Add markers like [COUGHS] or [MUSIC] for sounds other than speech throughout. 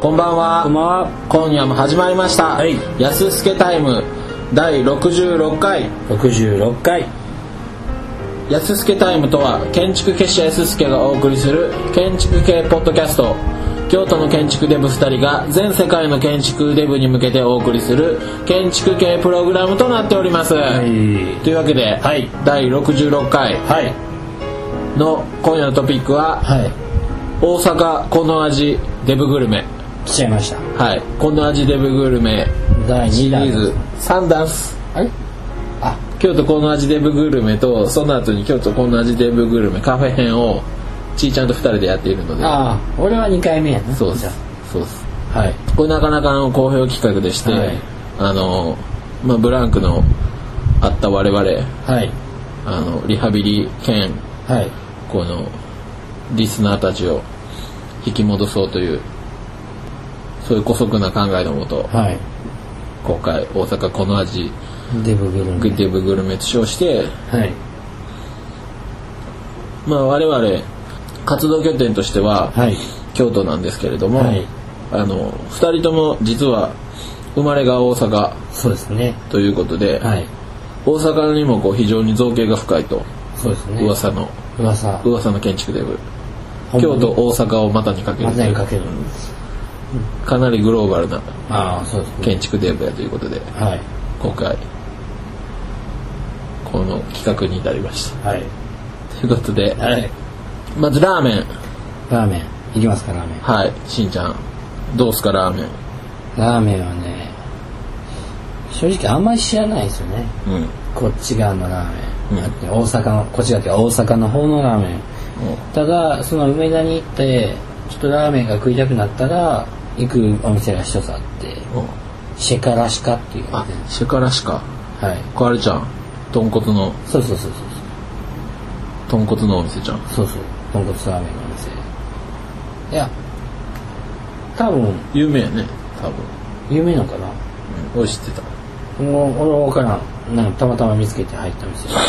こんばんは。こんばんは。今夜も始まりました。はい安助タイム第66回。 66回安助タイムとは建築結社安助がお送りする建築系ポッドキャスト。京都の建築デブ2人が全世界の建築デブに向けてお送りする建築系プログラムとなっております。いというわけで、はい第66回はいの今夜のトピックは、はい大阪この味デブグルメ。来ちゃいましたはい、この味デブグルメ第シ2リ弾ーズ3ダンスあれ京都この味デブグルメとその後に京都この味デブグルメカフェ編をちーちゃんと2人でやっているのでああ俺は2回目やなそうでじゃすそうですあはいこれなかなかの好評企画でして、はいあの、まあ、ブランクのあった我々はいあのリハビリ兼はいこのリスナーたちを引き戻そうというそういう姑息な考えのもとはい今回大阪この味デブグルグメッデブグルメと称して、はいまあ、我々活動拠点としてははい京都なんですけれども、はいあの2人とも実は生まれが大阪そうですねということで、はい大阪にもこう非常に造形が深いとそうですね噂の、噂噂の建築デブ京都大阪を股にかけまるとさいにうかかけるんですなりグローバルなああそうですね建築デブやということではい今回この企画に至りました [LAUGHS] はいということで、はいまずラーメンラーメンいきますかラーメンはいしんちゃんどうすかラーメンラーメンはね正直あんまり知らないですよねうんこっち側のラーメン、うんだって大阪のこっち側っていうか大阪の方のラーメンただその梅田に行ってちょっとラーメンが食いたくなったら行くお店が一つあってうんうんシェカラシカっていうおあ店、シェカラシカ。はいこれあれじゃん。豚骨の、そうそうそうそう豚骨のお店じゃん。そうそう豚骨ラーメンのお店いや多分有名やね。多分。有名なのかなうん。美味しってた。もう俺は分からんなんかたまたま見つけて入った店だ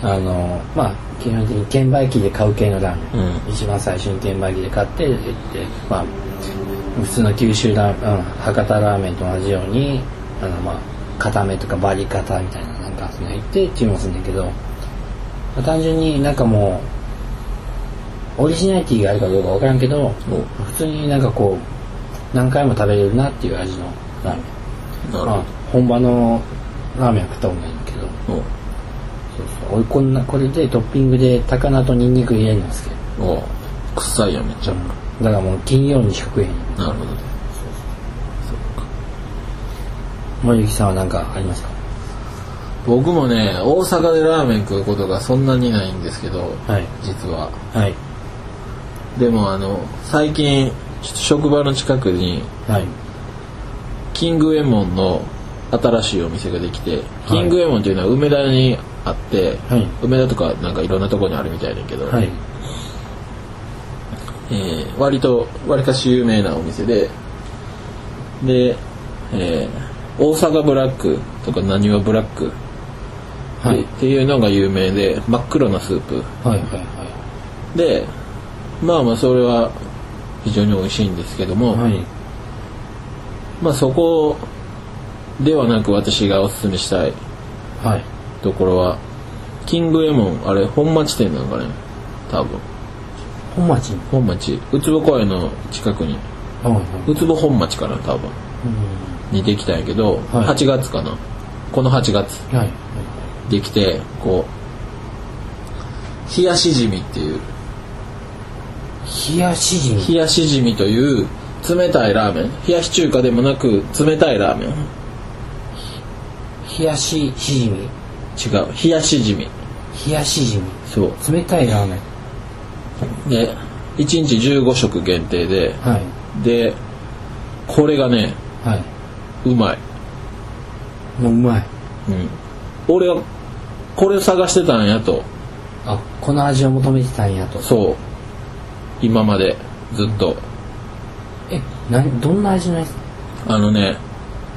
けどあのまあ基本的に券売機で買う系のラーメン、う一番最初に券売機で買って行ってまあ普通の九州ラーメン、うん博多ラーメンと同じようにあのまあ固めとかバリカタみたいななんかその行って注文するんだけど、まあ単純になんかもうオリジナリティがあるかどうか分からんけど普通になんかこう何回も食べれるなっていう味のラーメンなるまあ、本場のラーメンは食ったことないんだけどほど。そうそう俺こんなこれでトッピングで高菜とニンニク入れるんですけどおおう臭いやんめっちゃ。だからもう金曜にしか食えへんなるほどね。森幸さんは何かありますか僕もね、大阪でラーメン食うことがそんなにないんですけど、はい実は。はいでもあの、最近、ちょっと職場の近くに、はいキングエモンの新しいお店ができて、キングエモンっていうのは梅田にあって、はい梅田とかなんかいろんなとこにあるみたいだけど、はいえー割と割かし有名なお店でで、えー大阪ブラックとかなにわブラックはいはいっていうのが有名で真っ黒なスープはいでまあまあそれは非常に美味しいんですけども、はいはいまあそこではなく私がおすすめしたいはいところはキングエモンあれ本町店なのかね多分本町に本町うつぼ公園の近くにはいはうつぼ本町かな多分いうんにできたんやけど、はい8月かなこの8月はいできてこう冷やしじみっていう冷やしじみ冷やしじみという冷たいラーメン冷やし中華でもなく冷たいラーメン冷やししじみ違う冷やしじみ冷やしじみそう冷たいラーメンで1日15食限定ではいでこれがねはうまい、いもううまいうん、俺はこれ探してたんやとあこの味を求めてたんやとそう今までずっとえなどんな味のやつあのね、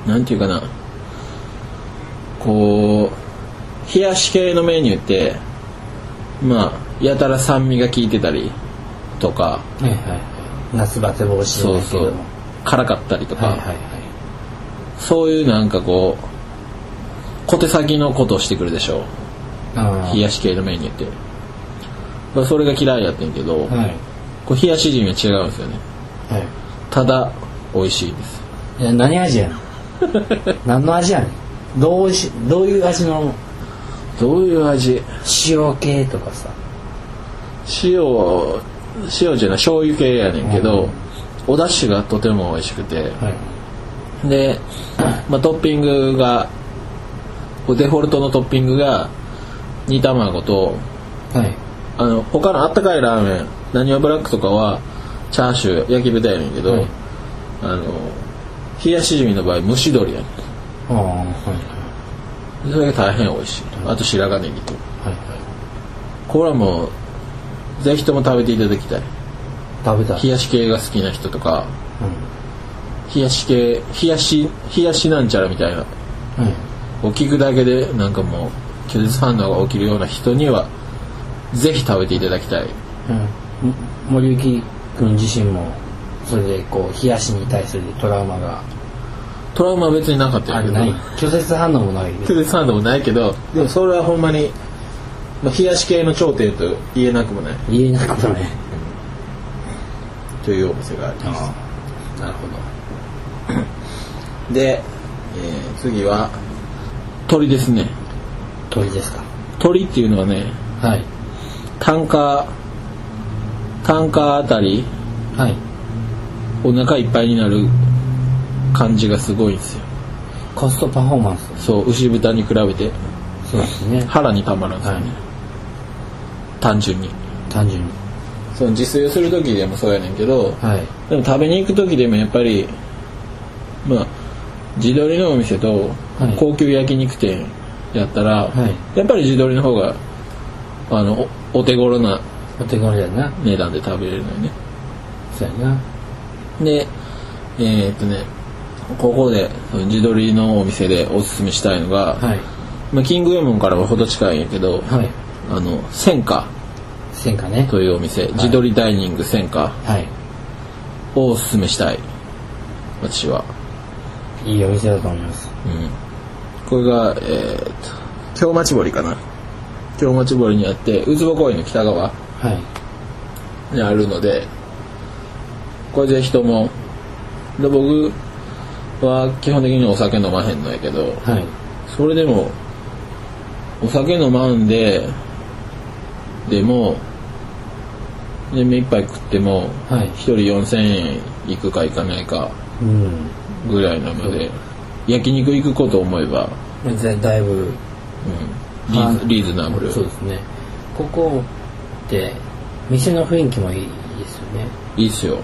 なんていうかな、こう、冷やし系のメニューって、まあ、やたら酸味が効いてたりとか、はいはい夏バテ防止じゃそなういけどそう辛かったりとか、はいはいはいそういうなんかこう小手先のことをしてくるでしょあ冷やし系のメニューってだからそれが嫌いやってんけど、ーはいこう冷やし人は違うんですよねはいただ美味しいですいや何味や [LAUGHS] ねん何の味やねんどうしどういう味のどういう味塩系とかさ塩塩じゃない醤油系やねんけど、おだしがとても美味しくてはいで、まあ、トッピングがデフォルトのトッピングが煮卵とはいあの他のあったかいラーメンなにわブラックとかはチャーシュー焼き豚やねんけど、はいあの冷やしじみの場合蒸し鶏やねああはいんそれが大変美味しいあと白髪ネギとはいはいこれはもうぜひとも食べていただきたい食べたい冷やし系が好きな人とかう冷やし系冷やし冷やしなんちゃらみたいなんはいを聞くだけでなんかもう拒絶反応が起きるような人にはぜひ食べていただきたいうん、も森幸君自身もそれでこう冷やしに対するトラウマがトラウマは別になかったんあやけどない拒絶反応もない拒絶反応もないけどでもそれはほんまに、まあ、冷やし系の頂点と言えなくもない言えなかったねというお店がありますなるほどで、えー次は鳥ですね鳥ですか鳥っていうのはねはい単価単価あたりはいお腹いっぱいになる感じがすごいんですよコストパフォーマンスそう牛豚に比べてそうですね腹にたまるんですよね、単純に単純にその自炊をする時でもそうやねんけどはいでも食べに行く時でもやっぱりまあ地鶏のお店とはい高級焼肉店やったら、はいやっぱり地鶏の方があのおお手頃なお手頃やな値段で食べれるのよねそうやなでえーっとねここでその地鶏のお店でおすすめしたいのが、はいまあ、キングエモンからはほど近いんやけど、はいあの千華戦果ねというお店、地鶏ダイニング千華はいをおすすめしたい私は、いいお店だと思いますうん、これがえー、っと京町堀かな京町堀にあってウツボ公園の北側はいにあるのでこれぜひともで僕は基本的にお酒飲まへんのやけどはいそれでもお酒飲まんででもで目一杯食ってもはい1人4000円いくかいかないかうんぐらいなので焼肉行くこと思えば、だだいぶうん、リーはズいリーズナブルそうですねここって店の雰囲気もいいですよねいいっすよ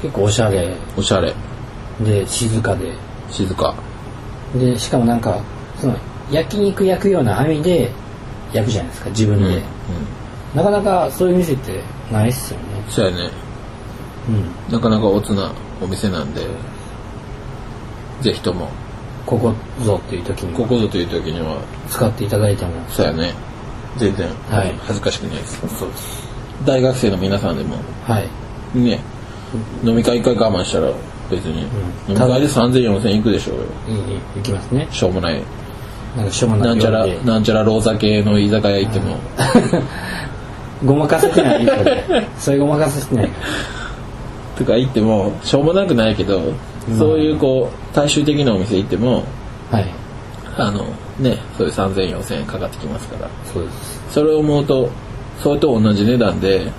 結構おしゃれおしゃれで静かで静かでしかもなんかその焼肉焼くような網で焼くじゃないですか自分うん、で、うん、なかなかそういう店ってないっすよねそうやねうんなかなかおつなお店なんでぜひともここぞっていう時にここぞという時には使っていただいてもそうやね全然はい恥ずかしくないです、そうです大学生の皆さんでもはいね飲み会一回我慢したら別に、うん飲み会で30004000いくでしょうよいいいいきますねしょうもないなんかしょうもなないんちゃら料理でなんちゃら老酒の居酒屋行っても、ごまかせてないよ [LAUGHS] ねそれごまかせてないとか行ってもしょうもなくないけど、そういうこう大衆的なお店行ってもはいあのねそういう30004000円かかってきますからそうですそれを思うとそれと同じ値段で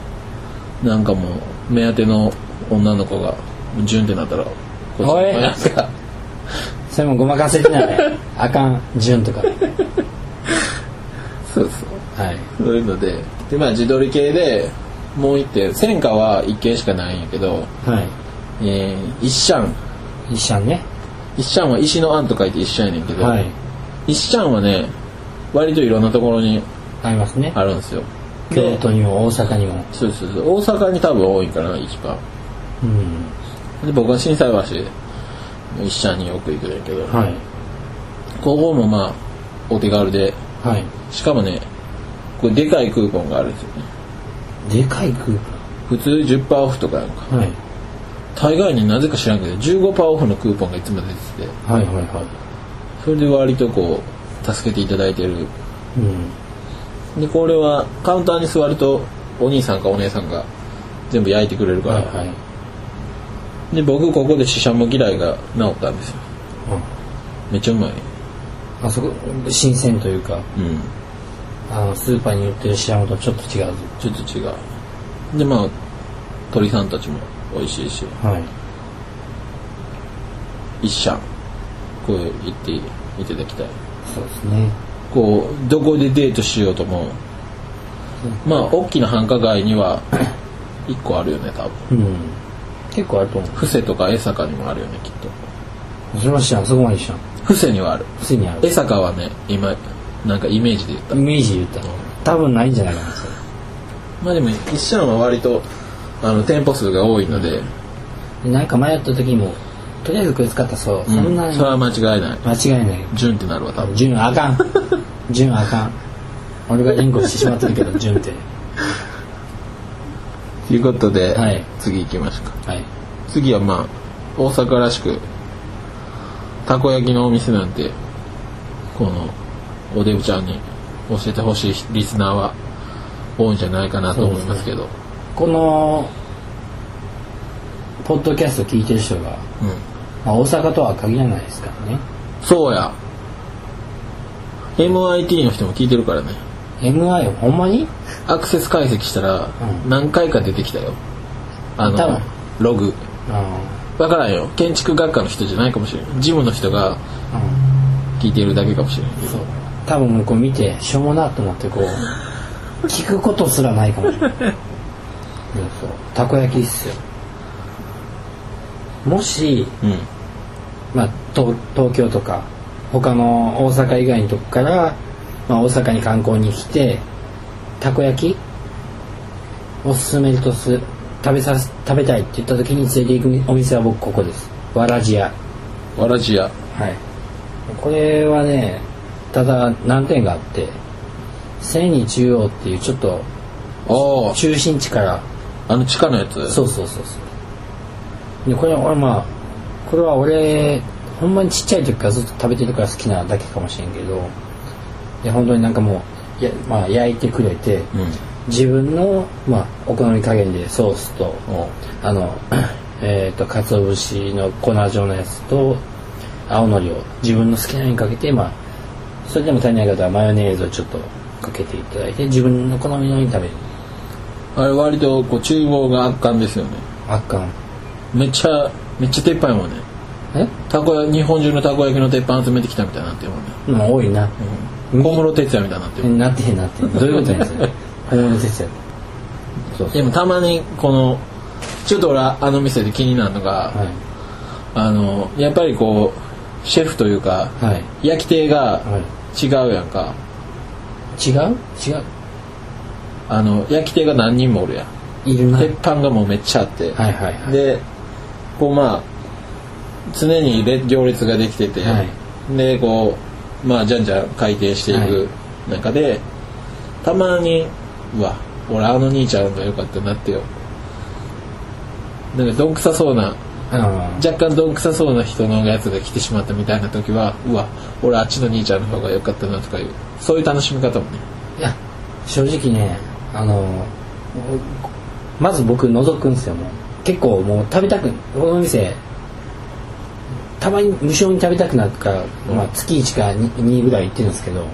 なんかもう目当ての女の子がジュンってなったらこっちおいなんかそれもごまかせてないあかん順とか [LAUGHS] そうそうはいそういうのででまあ自撮り系でもう一点戦果は一軒しかないんやけど、はいえー、一シャン一社ね一シャンは石の案と書いて一シャンやねんけど、はい一シャンはね割といろんなところにありますねあるんですよ京で都にも大阪にもそうそうそう大阪に多分多いから一番うんで僕は心斎橋の一社によく行くんやけど、はいここもまあお手軽ではいしかもねこれでかいクーポンがあるんですよねでかい空普通10%オフとかやんか間はい大概になぜか知らんけど15%オフのクーポンがいつも出ててはいはいはいそれで割とこう助けていただいてるうんでこれはカウンターに座るとお兄さんかお姉さんが全部焼いてくれるから、はいはいで僕ここでししゃも嫌いが治ったんですよめっちゃうまいあそこ新鮮というかうんあのスーパーに売ってるシャムとちょっと違うぞちょっと違うでまあ鳥さんたちも美味しいしはい一社こう行っていただきたいそうですねこうどこでデートしようともまあ大きな繁華街には1個あるよね多分うん結構あると思布施とか江坂にもあるよねきっとうそれは知らんそこまで知らん布施にはあるついにある江坂はね今なんかイメージで言ったイメージ言った多分ないんじゃないかなそれまあでも一社は割とあの店舗数が多いので、でなんか迷った時もとりあえずこれ使ったらそう、うんそんなにそれは間違いない間違いない順ってなるわ多分純あ [LAUGHS] かん純あかん俺が連呼してしまってるけど純ってということで、はい次行きましょうかはい次はまあ大阪らしくたこ焼きのお店なんてこのおデブちゃんに教えてほしいリスナーは多いんじゃないかなと思いますけどこのポッドキャスト聞いてる人が、う,、まあ、大阪とは限らないですからねん、そうや MIT の人も聞いてるからね MI ほんまにアクセス解析したらう何回か出てきたよあ多分のログあわからんよ建築学科の人じゃないかもしれない事務の人があう聞いてるだけかもしれないんそう多分こう見てしょうもなと思ってこう聞くことすらないかもしれないそうそうたこ焼きっすよもしうんまあ、東東京とか他の大阪以外のとこから、まあ、大阪に観光に来てたこ焼きおすすめとす食べさす食べたいって言った時に連れて行くお店は僕ここですわらじ屋わらじやはいこれはねただ難点があって千里中央っていうちょっとおー中心地からあの地下のやつそうそうそうそうでこれは俺まあこれは俺ほんまにちっちゃい時からずっと食べてるから好きなだけかもしれんけどいや本当になんかもうや、まあ、焼いてくれてう自分の、まあ、お好み加減でソースとんおあの [COUGHS] えっと鰹節の粉状のやつと青のりを自分の好きなようにかけてまあそれでも足りない方はマヨネーズをちょっとかけていただいて自分の好みのように食べるあれ割とこう厨房が圧巻ですよねあかんめっちゃめっちゃ鉄板やもんねえたこや日本中のたこ焼きの鉄板集めてきたみたいになってるもんね、まあ多いな、うん、小室哲也みたいになってるもんなってへんなってへんどういうことなんです [LAUGHS] か本物哲也そうでそうもたまにこのちょっと俺はあの店で気になるのが、はいあのやっぱりこうシェフというかはい焼き手がはい違うやんか違う違うあの焼き手が何人もおるやんいるなはい鉄板がもうめっちゃあって、はいはいでこうまあ常に列行列ができてて、はでこうまあじゃんじゃん回転していく中で、たまにうわ俺あの兄ちゃんが良かったなってよなんかどんくさそうなあ若干どんくさそうな人のやつが来てしまったみたいな時はうわ俺あっちの兄ちゃんの方が良かったなとかいうそういう楽しみ方もねーいや正直ねあのまず僕覗くんですよもう結構もう食べたくこの店たまに無償に食べたくなるから、まあ、月1か 2, ぐらい行ってるんですけど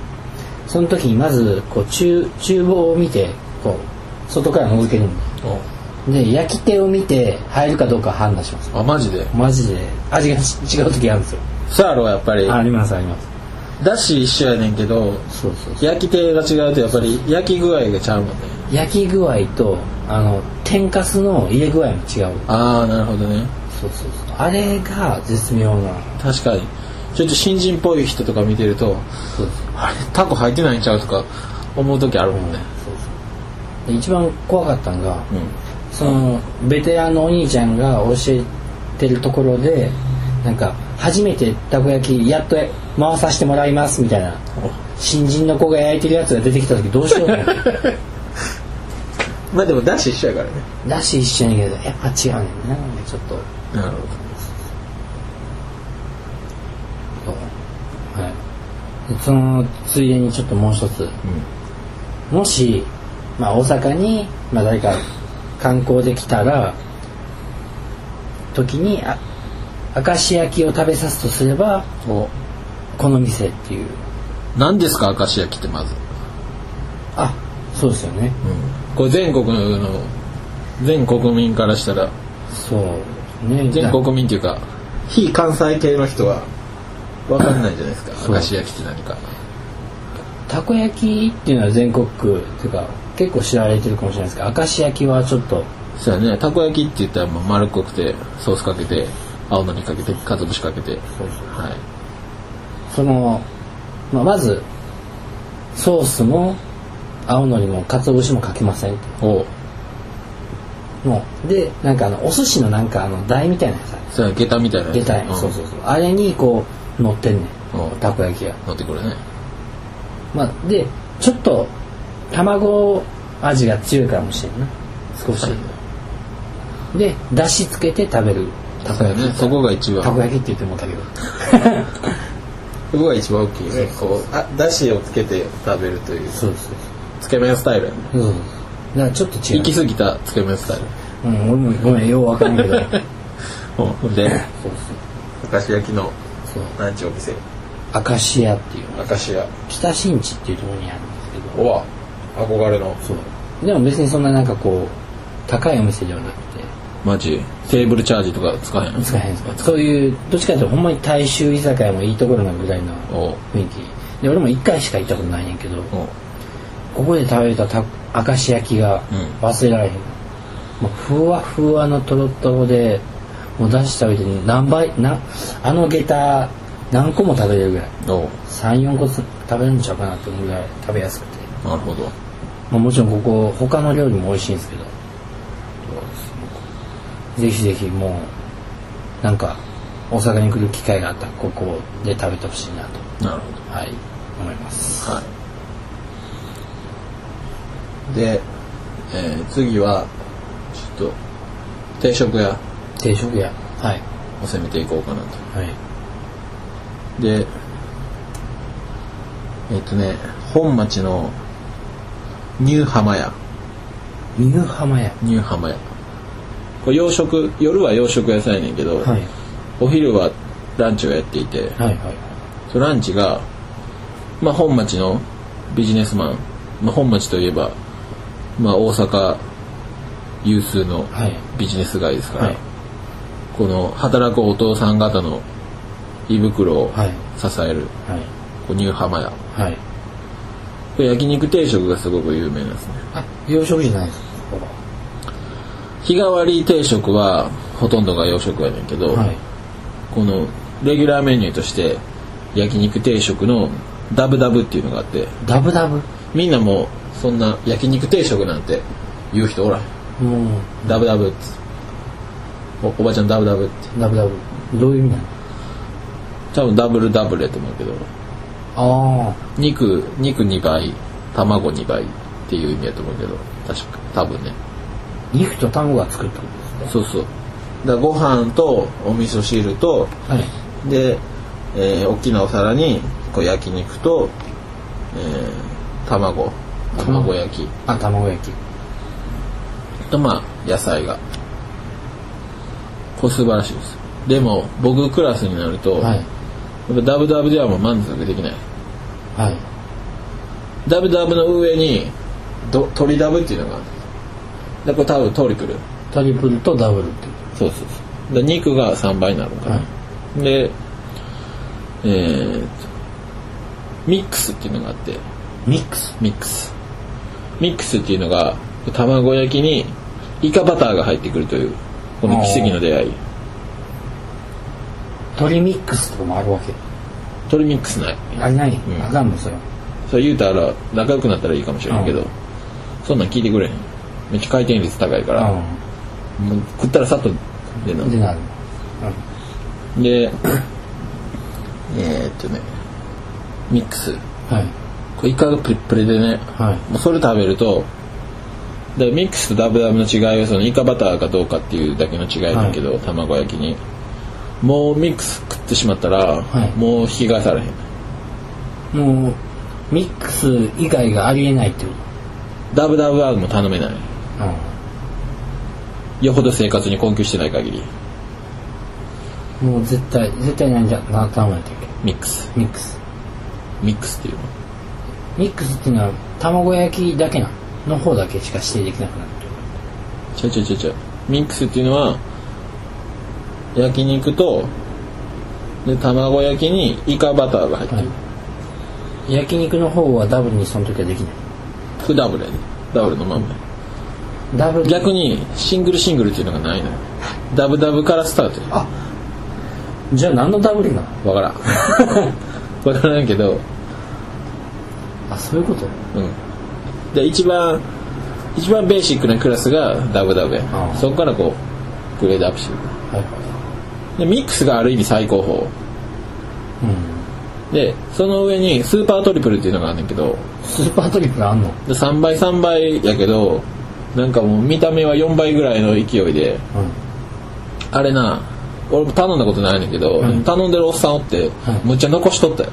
その時にまずこう厨厨房を見てこう外から覗けるんでで焼き手を見て入るかどうか判断しますあマジでマジで味がち違う時あるんですよそうやろやっぱりありますありますだし一緒やねんけどそうそうそ焼き手が違うとやっぱり焼き具合がちゃうもんねう焼き具合とあの天かすの入れ具合も違うああなるほどねそうそうそうあれが絶妙な確かにちょっと新人っぽい人とか見てるとそうそうあれタコ入ってないんちゃうとか思う時あるもんねそうそうで一番怖かったのがうんそのベテランのお兄ちゃんが教えてるところでなんか初めてたこ焼きやっと回させてもらいますみたい [LAUGHS] な新人の子が焼いてるやつが出てきた時どうしようもないまあでもダッシュ一緒やからねだし一緒やけどやっぱ違うねんなちょっとなるほそうはいでそのついでにちょっともう一つもし、まあ、大阪に、まあ、誰か観光できたら時にあ明石焼きを食べさすとすればどおこの店っていう何ですか明石焼きってまず、あそうですよねこれ全国の全国民からしたらそうね全国民っていうか非関西系の人は分かんないじゃないですかそう明石焼きって何かたこ焼きっていうのは全国区っていうか結構知られてるかもしれないですけど明石焼きはちょっとそうやねたこ焼きって言ったらもう丸っこくてソースかけて青のりかけてかつぶしかけてはいその、まあ、まずソースも青のりも鰹節もかけませんおうもうでなんかあのお寿司のなんかあの台みたいなやつあるそうや下駄みたいなやつ出たやん、んそうそうそうあれにこう乗ってんねおんたこ焼きが、乗ってくるねまあ、でちょっと卵味が強いかもしれんな少しでだしつけて食べるたこそうや焼きねそこが一番たこ焼きって言ってもうたけどそこが一番大きいねこうあだしをつけて食べるというそうそうつけ麺スタイルやねそうそうだからちょっと違行うき過ぎたつけ麺スタイルうん、俺もごめんようわかんないけど [LAUGHS] そうそうおうで明石焼きのそう何ちゅうお店明石屋っていう明石屋北新地っていうところにあるんですけどおわ憧れのそうでも別にそんななんかこう高いお店ではなくてマジテーブルチャージとか使えん使えへんですかそういうどっちかというとほんまに大衆居酒屋もいいところなぐらいのおう雰囲気で俺も1回しか行ったことないねんけどおうここで食べたた明石焼きがうん忘れられへん、もうふわふわのとろとろでもう出した上で何倍なあの下駄何個も食べれるぐらいおう34個つ食べるんちゃうかなって思うぐらい食べやすくて、なるほどまあ、もちろんここ他の料理も美味しいんですけどぜひぜひもうなんか大阪に来る機会があったらここで食べてほしいななとるほどはい思いますはいで、えー次はちょっと定食屋定食屋はいを攻めていこうかなとはいでえっとね本町のニューハマ屋犬浜屋ニューハマ屋これ洋食夜は洋食屋さんやねんけど、はいお昼はランチをやっていてはいはいそのランチが、まあ、本町のビジネスマン、まあ、本町といえば、まあ、大阪有数のはいビジネス街ですから、はいこの働くお父さん方の胃袋をはい支える、はいこうニューハマヤはいこれ焼肉定食がすごく有名なんですねあ洋食じゃないですここ日替わり定食はほとんどが洋食やねんけど、はいこのレギュラーメニューとして焼肉定食のダブダブっていうのがあってダブダブみんなもうそんな焼肉定食なんて言う人おらんもダブダブっつおおばちゃんダブダブってうダブダブどういう意味なの多分ダブルダブルやと思うけどあ肉肉2倍卵2倍っていう意味やと思うけど確か多分ねあ肉と卵が作ったんでそうそうだからご飯とお味噌汁とすはいで、えー大きなお皿にこう焼肉と、えー卵卵焼きあ卵焼きとまあ野菜がこれ素晴らしいですでも僕クラスになると、はいやっぱダブダブではもう満足できないはいダブダブの上にど鳥ダブっていうのがあるんですでこれ多分トリプルトリプルとダブルっていうそうそうそうで肉が3倍になるのかな、はでえーっとミックスっていうのがあってミックスミックスミックスっていうのが卵焼きにイカバターが入ってくるというこの奇跡の出会い鶏ミックスとかもあるわけ鳥ミックスないあれない、んあかんのそれそれ言うたら仲良くなったらいいかもしれんけど、うんそんなん聞いてくれへんめっちゃ回転率高いから、はもう食ったらさっと出なうんでなるで [COUGHS] えーっとねミックスはいこれイカがプリップリでねはいもうそれ食べるとでミックスとダブダブの違いはそのイカバターかどうかっていうだけの違いだけど、卵焼きにもうミックス食ってしまったら、はいもう引き返されへんもうミックス以外がありえないってこダブダブはもう頼めないと、よほど生活に困窮してない限りうん、もう絶対絶対なんじゃな頼むやったっミックスけミックスミックスっていうのミックスっていうのは卵焼きだけなのの方だけしか指定できなくなるちゃうちゃうちゃうちゃうミックスっていうのは焼肉とで卵焼きにイカバターが入ってる、焼肉の方はダブルにその時はできないこれダブルやねダブルのまんまやダブル逆にシングルシングルっていうのがないのよダブダブからスタートやじゃあ何のダブルなのわからん [LAUGHS] わからんけどあそういうことうんで一番一番ベーシックなクラスがダブダブやああそこからこうグレードアップしていはくでミックスがある意味最高峰い、うん、でその上にスーパートリプルっていうのがあるんだけどスーパートリプルあんの、で3倍3倍やけどなんかもう見た目は4倍ぐらいの勢いであれな俺も頼んだことないねんだけど、うん頼んでるおっさんおって、はいむっちゃ残しとったよ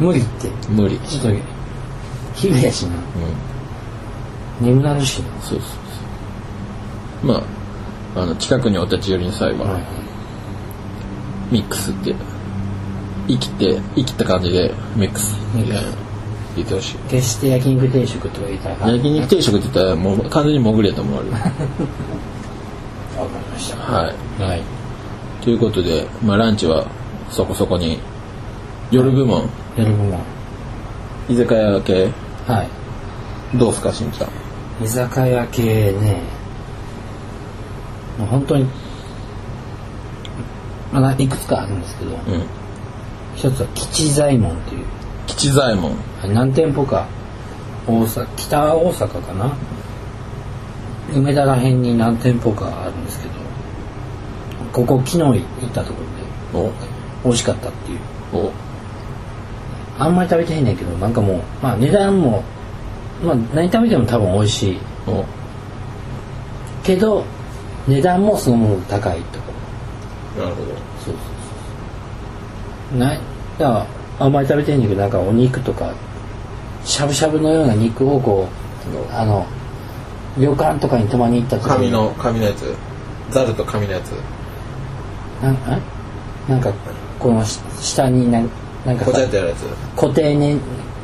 無理って無理うんちょっと昼やしな眠なるしなそうそうそうまああの近くにお立ち寄りの際は、はいミックスって生きて生きた感じでミックスみたいな言ってほしい決して焼肉定食とか言いたいから焼肉定食って言ったらもう完全に潜りやと思 [LAUGHS] われるわかりましたはいはいということで、まあ、ランチはそこそこに夜部門夜ご飯居酒屋系はいどうすかしんちゃん居酒屋系ねもう本当にまだいくつかあるんですけどうん一つは吉左衛門という吉左衛門はい何店舗か大阪北大阪かな梅田ら辺に何店舗かあるんですけどここ昨日行ったところでお美味しかったっていうおあんまり食べてへんねんけどなんかもうまあ値段もまあ何食べても多分美味しいおけど値段もそのもの高いとこなるほそうそうそうないだからあんまり食べてへんねんけどなんかお肉とかしゃぶしゃぶのような肉をこうあの旅館とかに泊まりに行った時に紙のやつザルと紙のやつなんえなんかこのし下になんなんかさやるやつ固定ね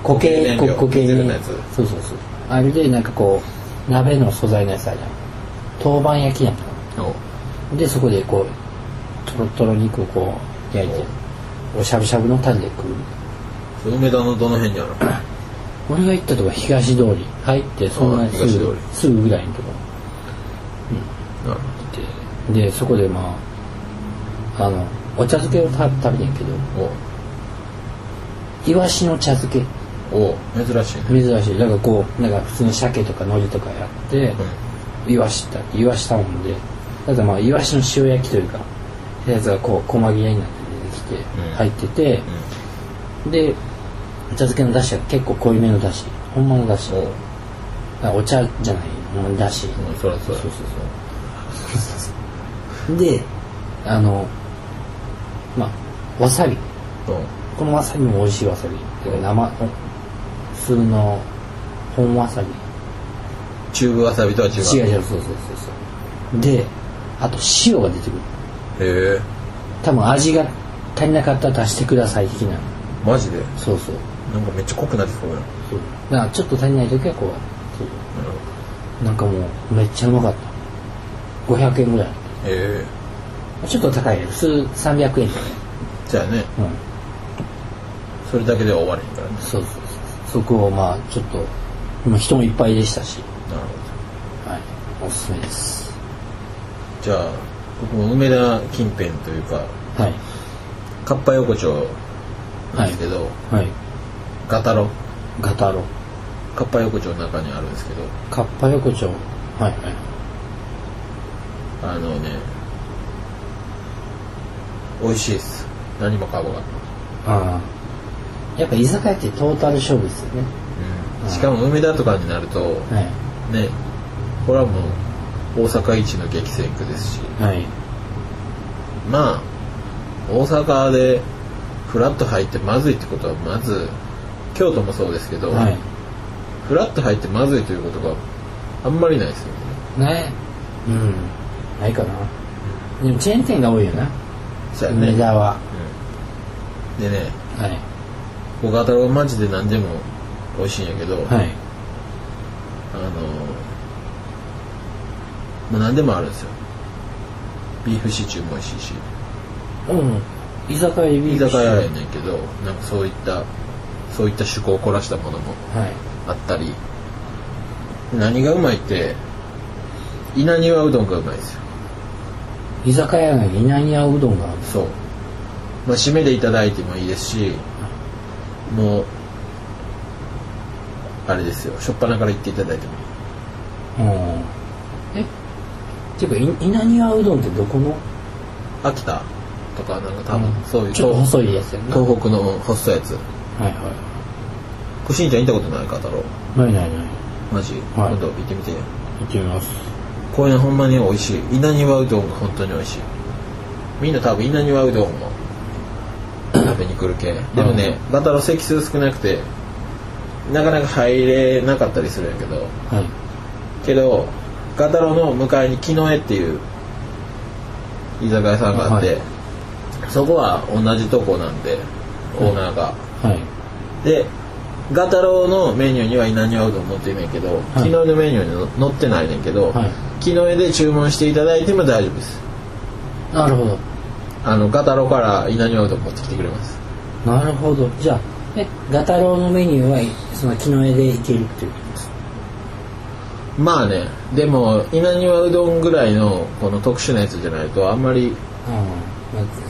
固固形形燃料固形デゼルねのやつそうそうそうあれでなんかこう鍋の素材のやつあるやん豆板焼きやんかおでそこでこうとろとろ肉をこう焼いておしゃぶしゃぶのタレで食う梅田のどの辺にあるの俺が行ったとこ東通り入ってそんなにす東通ぐりすぐぐらいのとこなる行ってでそこでまああのお茶漬けをた食べてんけどほどイワシの茶漬けおお珍しいね珍しいなんかこうなんか普通の鮭とか海苔とかやって、イワシだってイワシ頼んでただまあイワシの塩焼きというかやつがこう細切れになって出てきてうん入ってて、でお茶漬けのだしが結構濃いめのだしほんまのだしおうあお茶じゃないほんまのだし、うんそらそらそうそうそうであのまあわさびおうこのわさびも美味しいわさびてか生普通の本わさびチューブわさびとは違う違う違うそうそうそうそうであと塩が出てくるへえ多分味が足りなかったら足してください的なマジでそうそうなんかめっちゃ濃くなってそうやなそうだからちょっと足りない時はこうそうなんかもうめっちゃうまかった500円ぐらいへえちょっと高いよ普通300円とかねじゃあねうんそれだけでは終われへんからねそうそうそうそこをまあちょっともう人もいっぱいでしたし、なるほどはい、おすすめですじゃあ僕も梅田近辺というかはいかっぱ横丁なんですけど、はいガタロガタロかっぱ横丁の中にあるんですけどカッパ横丁はいはいあのね美味しいです何もかごが、ああやっぱ居酒屋ってトータル勝負ですよねしかも梅田とかになるとはいねこれはもう大阪一の激戦区ですしはいまあ大阪でフラッと入ってまずいってことはまず京都もそうですけど、はいフラッと入ってまずいということがあんまりないですよねねうんないかなでもチェーン店が多いよなそうやね梅田はうんでねはい小型はマジで何でも美味しいんやけど、はいあのまあ、何でもあるんですよビーフシチューも美味しいしうん居酒屋でビー居ル酒屋やねんけどなんかそういったそういった趣向を凝らしたものもはいあったり何がうまいって稲庭うどんがうまいですよ居酒屋の稲庭うどんがあるそう、まあ、締めでいただいてもいいですしもうあれですよ初っ端から行っていただいてもいいうんえっていうかい稲庭うどんってどこの秋田とかなんか多分そういうちょっと東細いやつやなは東北の細いやついはこれしんちゃん行ったことないか太郎いないないないマジ、はい今度行ってみて行ってみますこれほんまに美味しい稲庭うどんが本当に美味しいみんな多分稲庭うどんも食べに来るけでもねガタロ席数少なくてなかなか入れなかったりするんやけどはいけどガタロの向かいに木の絵っていう居酒屋さんがあって、はそこは同じとこなんでオーナーが、はいでガタロウのメニューには稲庭うどん載ってんねんけど、い昨日のメニューには載ってないねんけど、はい昨日で注文していただいても大丈夫ですなるほどあのガタロウから稲庭うどん持ってきてくれますなるほどじゃあえガタロウのメニューはいその木の絵でいけるっていうことですまあねでも稲庭うどんぐらいのこの特殊なやつじゃないとあんまりうん、まあ、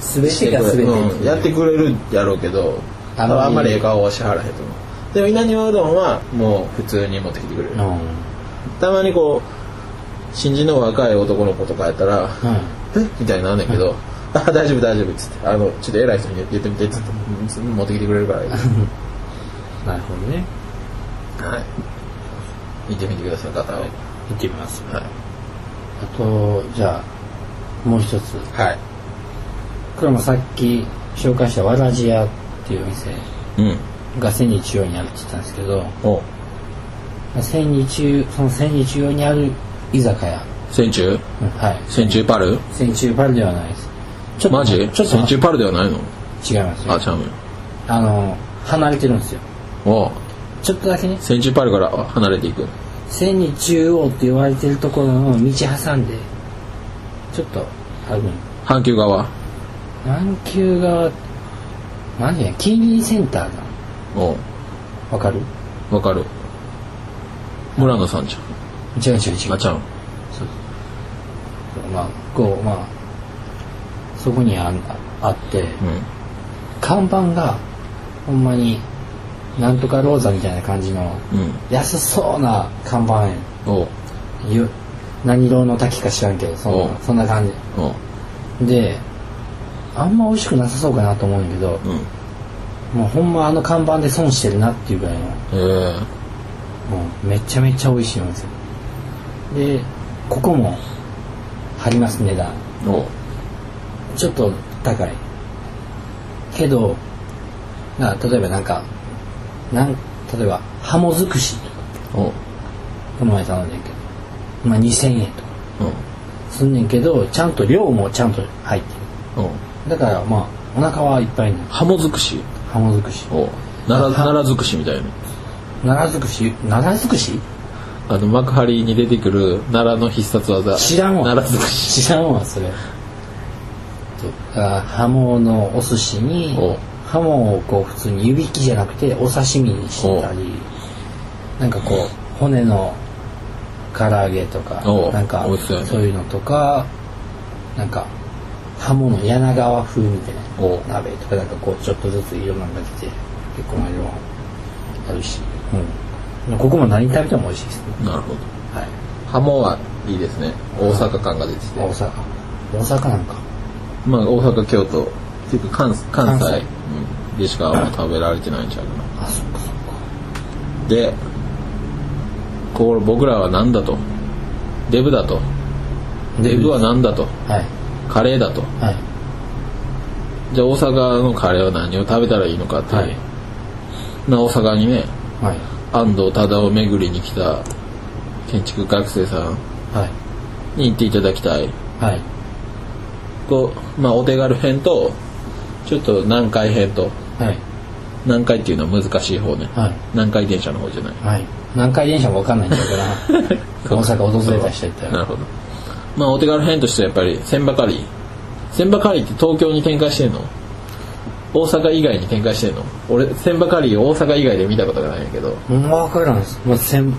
全てが全てうんやってくれるやろうけどああんまりあんまりええ顔はしはらへんと思うでも稲庭うどんはもう普通に持ってきてくれる、うんはいたまにこう新人の若い男の子とかやったらえみたいになんねんけど [LAUGHS] 「あ大丈夫大丈夫」っつって「あのちょっと偉い人に言ってみて」っつってうん持ってきてくれるから、はい、 [LAUGHS] なるほどね見てみてください方をはい行ってみますあとじゃあもう一つはいこれもさっき紹介したわらじ屋っていうお店うんが千日用にあるって言ったんですけどお千日用その千日用にある居酒屋、千中うんはい千中パル千中パルではないですちょっとマジちょっと千中パルではないの違いますあよちゃうのよあの離れてるんですよおちょっとだけね千中パルから離れていく千に中央って言われてるところの道挟んでちょっとある阪急側南急側何や金銀センターだおわかるわかる村野さんじゃ違う違う違んあうちゃうんまあこうまあそこにああってう看板がほんまになんとかローザみたいな感じのんうん安そうな看板やおゆ何色の滝か知らんけどそんおなそんな感おじであんま美味しくなさそうかなと思うんやけどうんもうほんまあの看板で損してるなっていうぐらいのええもうめちゃめちゃ美味しいお店でここも張ります値段おちょっと高いけどな例えばなんかなん例えばハモ尽くしおこの前頼んでんけど、まあ、2000円とかおすんねんけどちゃんと量もちゃんと入っておるだからまあお腹はいっぱいになるハモ尽くしハモ尽くしお奈良奈良尽くしみたいな奈良尽くし奈良尽くしあの幕張に出てくる奈良の必殺技知らんわ奈良尽くし知らんわそれとあハモのお寿司におハモをこう普通に湯引きじゃなくてお刺身にしてたりなんかこう骨の唐揚げとかおなんか美味しそうやねそういうのとかなんかハモの柳川風みたいおな鍋とかなんかこうちょっとずつ色なんか出て結構色もあるし、うん、ここも何食べても美味しいですね、なるほどはい、ハモはいいですね大阪感が出てて大阪大阪なんかまあ大阪京都っていうか関関関西西うんでしかあんま食べられてないんちゃうかなあそっかそっかでこれ僕らは何だとデブだとデブは何だとはいカレーだとはいじゃあ大阪のカレーは何を食べたらいいのかっていう、はいな大阪にねはい安藤忠雄巡りに来た建築学生さんはいに行っていただきたいはいと、まあ、お手軽編とちょっと南海編とはい南海っていうのは難しい方ね、はい南海電車の方じゃないはい南海電車も分かんないんだから [LAUGHS] 大阪訪れた人いったならるほどまあお手軽編としてはやっぱり千葉カリー千葉カリーって東京に展開してんの大阪以外に展開してんの俺千葉カリーを大阪以外で見たことがないんやけど分からんです、まあ、千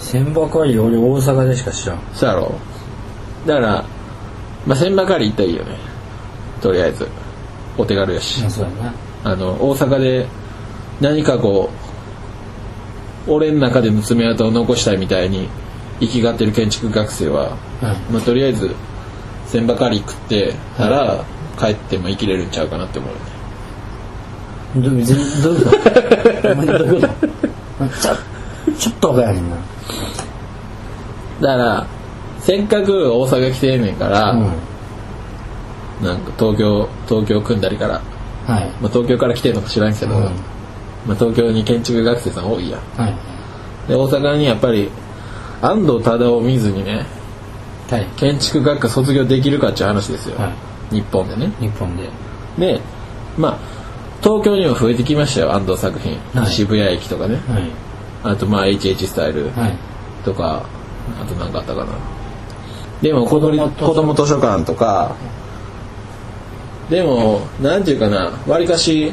千葉カリー俺大阪でしか知らんそうやろだから、まあ、千葉カリー行ったらいいよねとりあえずお手軽やしあそうやなあの大阪で何かこう俺の中での爪痕を残したいみたいに生きがってる建築学生は、はいまあ、とりあえず千葉カリー食ってたら帰っても生きれるんちゃうかなって思うよねどどういうことお前どういうことちょちょっと分からへんなだからせっかく大阪来てんねんから、うんなんか東京東京組んだりから、はいまあ、東京から来てんのか知らんけど、うんまあ、東京に建築学生さん多いやんはいで大阪にやっぱり安藤忠雄を見ずにねはい建築学科卒業できるかっていう話ですよ、は日本でねい日本ででまあ東京にも増えてきましたよ安藤作品、はい渋谷駅とかねはいあとまあ HH スタイルはいとか、あと何かあったかなでも子供子供図書子供図書館とかでも何ていうかなわりかし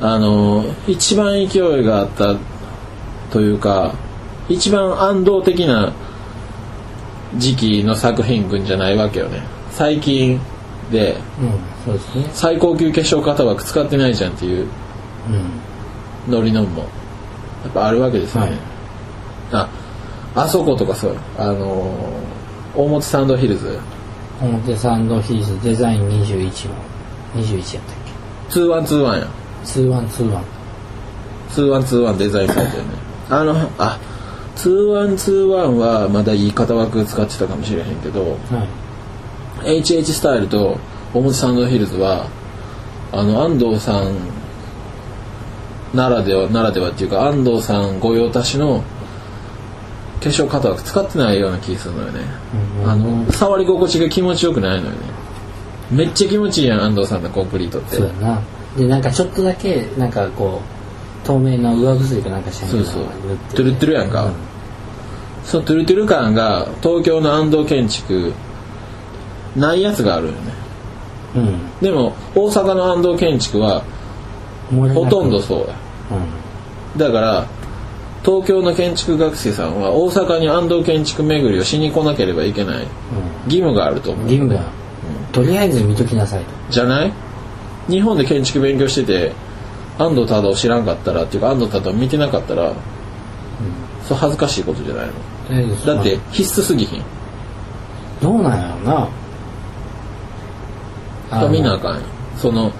あの一番勢いがあったというか一番安動的な時期の作品群じゃないわけよね最近でうんそうですね最高級化粧型枠使ってないじゃんっていううんノリのもやっぱあるわけですよね、はいああそことかそうあのー大本サンドヒルズ表参道ヒーズデザイン21番21やったっ2121やけ2121 2121デザインサイトよねあのあ2121はまだいい型枠使ってたかもしれへんけどはい HH スタイルと大本サンドヒルズはあの安藤さんならではならではっていうか安藤さん御用達の化粧型枠使ってないような気するのよね、うんあの触り心地が気持ちよくないのよねめっちゃ気持ちいいやん安藤さんのコンクリートってそうやなでなんかちょっとだけなんかこう透明の上薬かなんかしてそうそう塗ってトゥルトゥルやんか、うんそのトゥルトゥル感が東京の安藤建築ないやつがあるよねうんでも大阪の安藤建築は漏れなくほとんどそうやうだから東京の建築学生さんは大阪に安藤建築巡りをしに来なければいけないんうん義務があると思う義務が、とりあえず見ときなさいとじゃない日本で建築勉強してて安藤忠雄知らんかったらっていうか安藤忠雄見てなかったら、そう恥ずかしいことじゃないのとりあえずだって必須すぎひんどうなんやろなあの見なあかんよその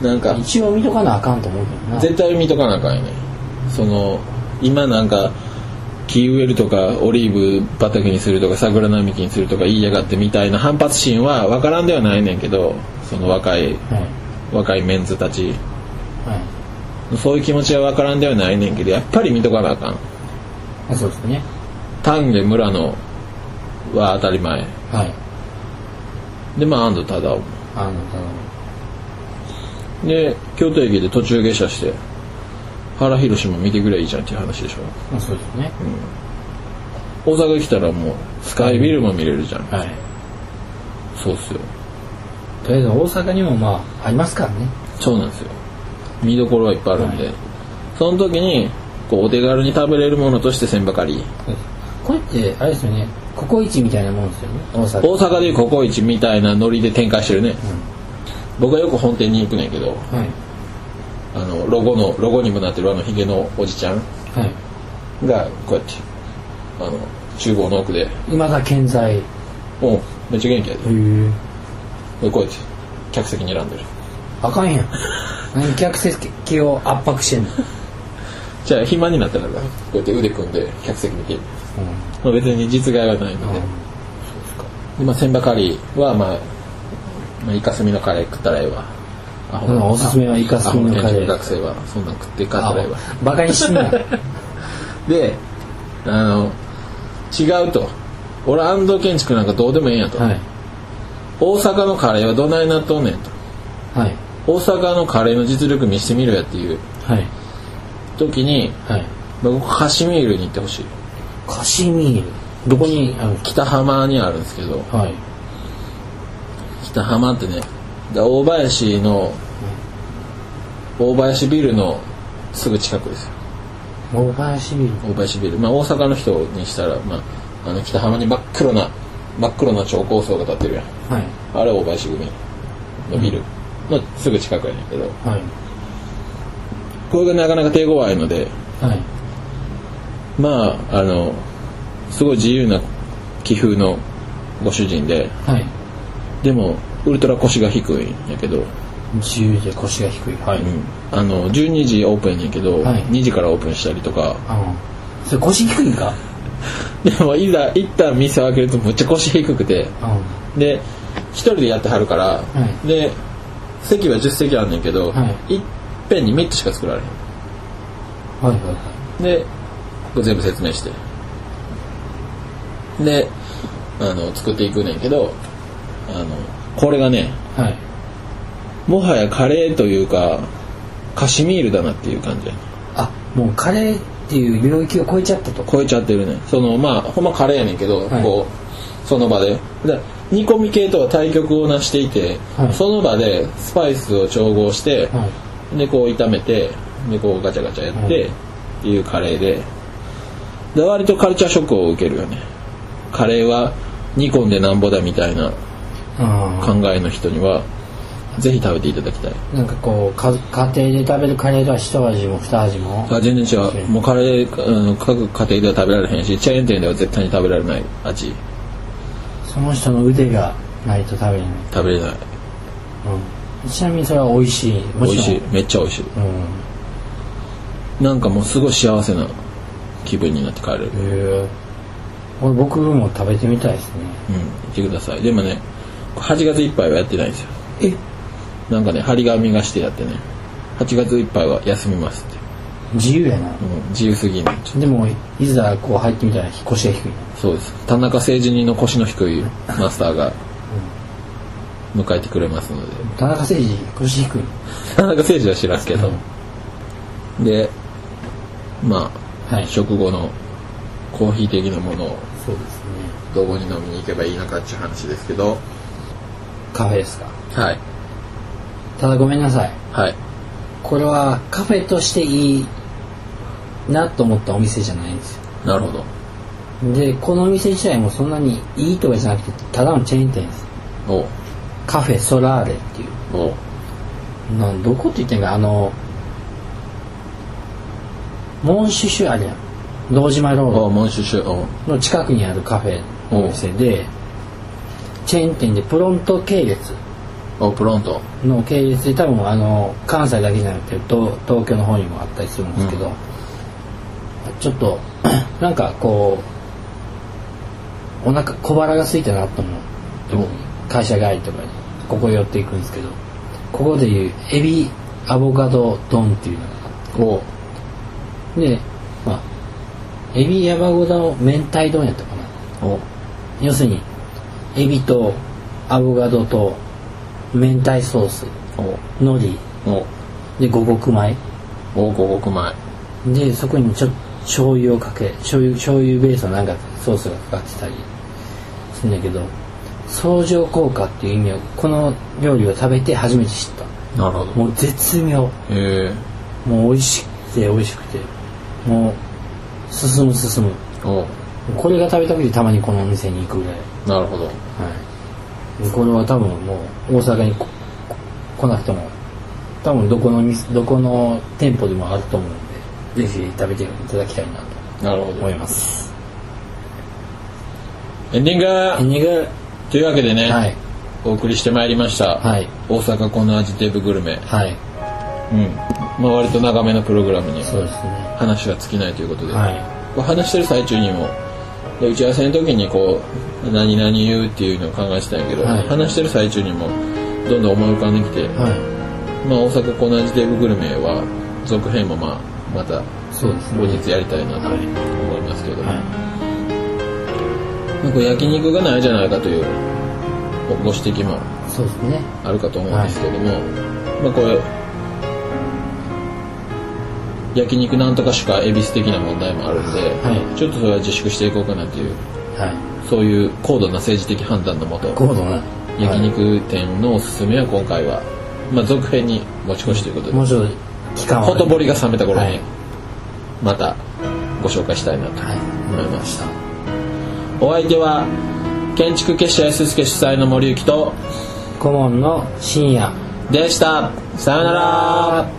なんか一応見とかなあかんと思うけどな絶対見とかなあかんよねその今なんか木植えるとかオリーブ畑にするとか桜並木にするとか言いやがってみたいな反発心は分からんではないねんけどその若いはい若いメンズたちはいそういう気持ちは分からんではないねんけどやっぱり見とかなあかんあそうですね丹下村野は当たり前はいでまあ安藤忠雄もあので京都駅で途中下車して原宏も見てくれいいじゃんっていう話でしょあそうですね、大阪来たらもうスカイビルも見れるじゃん、はいそうっすよとりあえず大阪にもまあありますからねそうなんですよ見どころはいっぱいあるんで、その時にこうお手軽に食べれるものとして千ばかりこれってあれですよねココイチみたいなもんですよね大阪大阪でいうココイチみたいなノリで展開してるね、ん僕はよく本店に行くねんけどはいあのロゴのロゴにもなってるあのヒゲのおじちゃんはいがこうやってあの厨房の奥で今だ健在へ「おうめっちゃ元気やでえ」でこうやって客席に選んでるあかんやん [LAUGHS] 何客席を圧迫してんのじゃあ暇になったらなこうやって腕組んで客席見てまあ、別に実害はないので,、でまあ、千葉カリーは、まあまあ、イカスミのカレー食ったらええわアホなうんおすすめはイカスミのカレーアホな建築学生はそんなん食って帰ったらええわバカにしてない [LAUGHS] であの違うと俺安藤建築なんかどうでもええんやと、はい大阪のカレーはどないなっとんねんとはい大阪のカレーの実力見してみろやっていうはい時にはい僕カシミールに行ってほしいカシミールどこにあのき北浜にあるんですけどはい北浜ってねで大林の大林ビルのすぐ近くですよ大林ビール大林ビル、まあ、大阪の人にしたら、まあ、あの北浜に真っ黒な真っ黒な超高層が建ってるやんはいあれ大林組のビルのすぐ近くやねんけどはいこれがなかなか手強いのではいまああのすごい自由な気風のご主人ではいでもウルトラ腰が低いんやけど、自由で腰が低いはうんあの12時オープンやねんけど、はい2時からオープンしたりとかあのそれ腰低いんかでもいざ一旦店を開けるとむっちゃ腰低くてうんはで一人でやってはるから、いで席は10席あんねんけど、、はいっぺんに3つしか作られへんはいはいでこれ全部説明してであの作っていくねんけどあのこれがねはいもはやカレーというかカシミールだなっていう感じやねあもうカレーっていう領域を超えちゃったと超えちゃってるねそのまあほんまカレーやねんけど、はいこうその場でで煮込み系とは対極をなしていて、はいその場でスパイスを調合して、はいでこう炒めてでこうガチャガチャやって、はいっていうカレーでで割とカルチャーショックを受けるよねカレーは煮込んでなんぼだみたいなあ考えの人にはぜひ食べていただきたいーなんかこうか家庭で食べるカレーとは一味も二味もあ全然違うもうカレー、うん、各家庭では食べられへんしチェーン店では絶対に食べられない味その人の腕がないと食べれない、食べれないうん、ちなみにそれは美味しい美もちろん味しいめっちゃ美味しうんいなんかもうすごい幸せな気分になって帰れるへえこれ僕も食べてみたいですねうん行ってくださいでもね8月いっぱいはやってないんですよえなんかね、張り紙がしてやってね、8月いっぱいは休みますって。自由やなうん自由すぎない。でもいざこう入ってみたら腰が低いそうです。田中誠二人の腰の低いマスターが迎えてくれますので。田中誠二腰低い田中誠二は知らんけど。で、まあ、はい食後のコーヒー的なものをそうですねどこに飲みに行けばいいのかっていう話ですけど、カフェですかはい。ただごめんなさいはい。これはカフェとしていいなと思ったお店じゃないんですよなるほど。でこのお店自体もそんなにいいとかじゃなくてただのチェーン店ですおうカフェソラーレっていうおうなんどこって言ってんかあのモンシュシュあれやん堂島ローおうドモンシュシュ、おうの近くにあるカフェのお店でチェーン店でプロント系列おうプロント。の系列で多分あの関西だけじゃなくて東東京の方にもあったりするんですけど、うんちょっと [COUGHS] なんかこうお腹小腹が空いたなと思うおう会社帰りとかにここ寄っていくんですけどここでいうエビアボカド丼っていうのがおうでまあエビアボカド明太丼やったかなおう要するにエビとアボカドと明太ソースおう海苔おうで五穀米おう五穀米。でそこにちょっと醤油をかけ醤油醤油ベースのなんかソースがかかってたりするんだけど相乗効果っていう意味をこの料理を食べて初めて知っなるほたど。もう絶妙えもう美味しくて美味しくてもう進む進むー、おうこれが食べたくてたまにこのお店に行くぐらい、なるほど。はい、これは多分もう大阪にここ来なくても多分どこの店どこの店舗でもあると思うんでぜひ食べていただきたいなとなるほ思ど。いますエンディングエンディングというわけでね、はいお送りしてまいりました。はい大阪この味テーブグルメ。はいうん。まあ割と長めのプログラムにそうですね話は尽きないということで。はこれ話してる最中にも、で打ち合わせの時にこう何々言うっていうのを考えてたんやけど、はい話してる最中にもどんどん思い浮かんできて、はまあ、大阪コナジデブグルメは続編もまあまたいそうですね後日やりたいなとはい思いますけど、はなんか焼肉がないじゃないかというご指摘もいそうですねあるかと思うんですけども、まあこれ焼肉なんとかしか恵比寿的な問題もあるんで、はちょっとそれは自粛していこうかなというはいそういう高度な政治的判断のもと高度な焼肉店のおすすめは今回は、まあ、続編に持ち越しということでもうちょっと期間ほとぼりが冷めた頃はにいまたご紹介したいなとはい思いました、お相手は建築結社安助主催の森幸と顧問の深夜でしたさようなら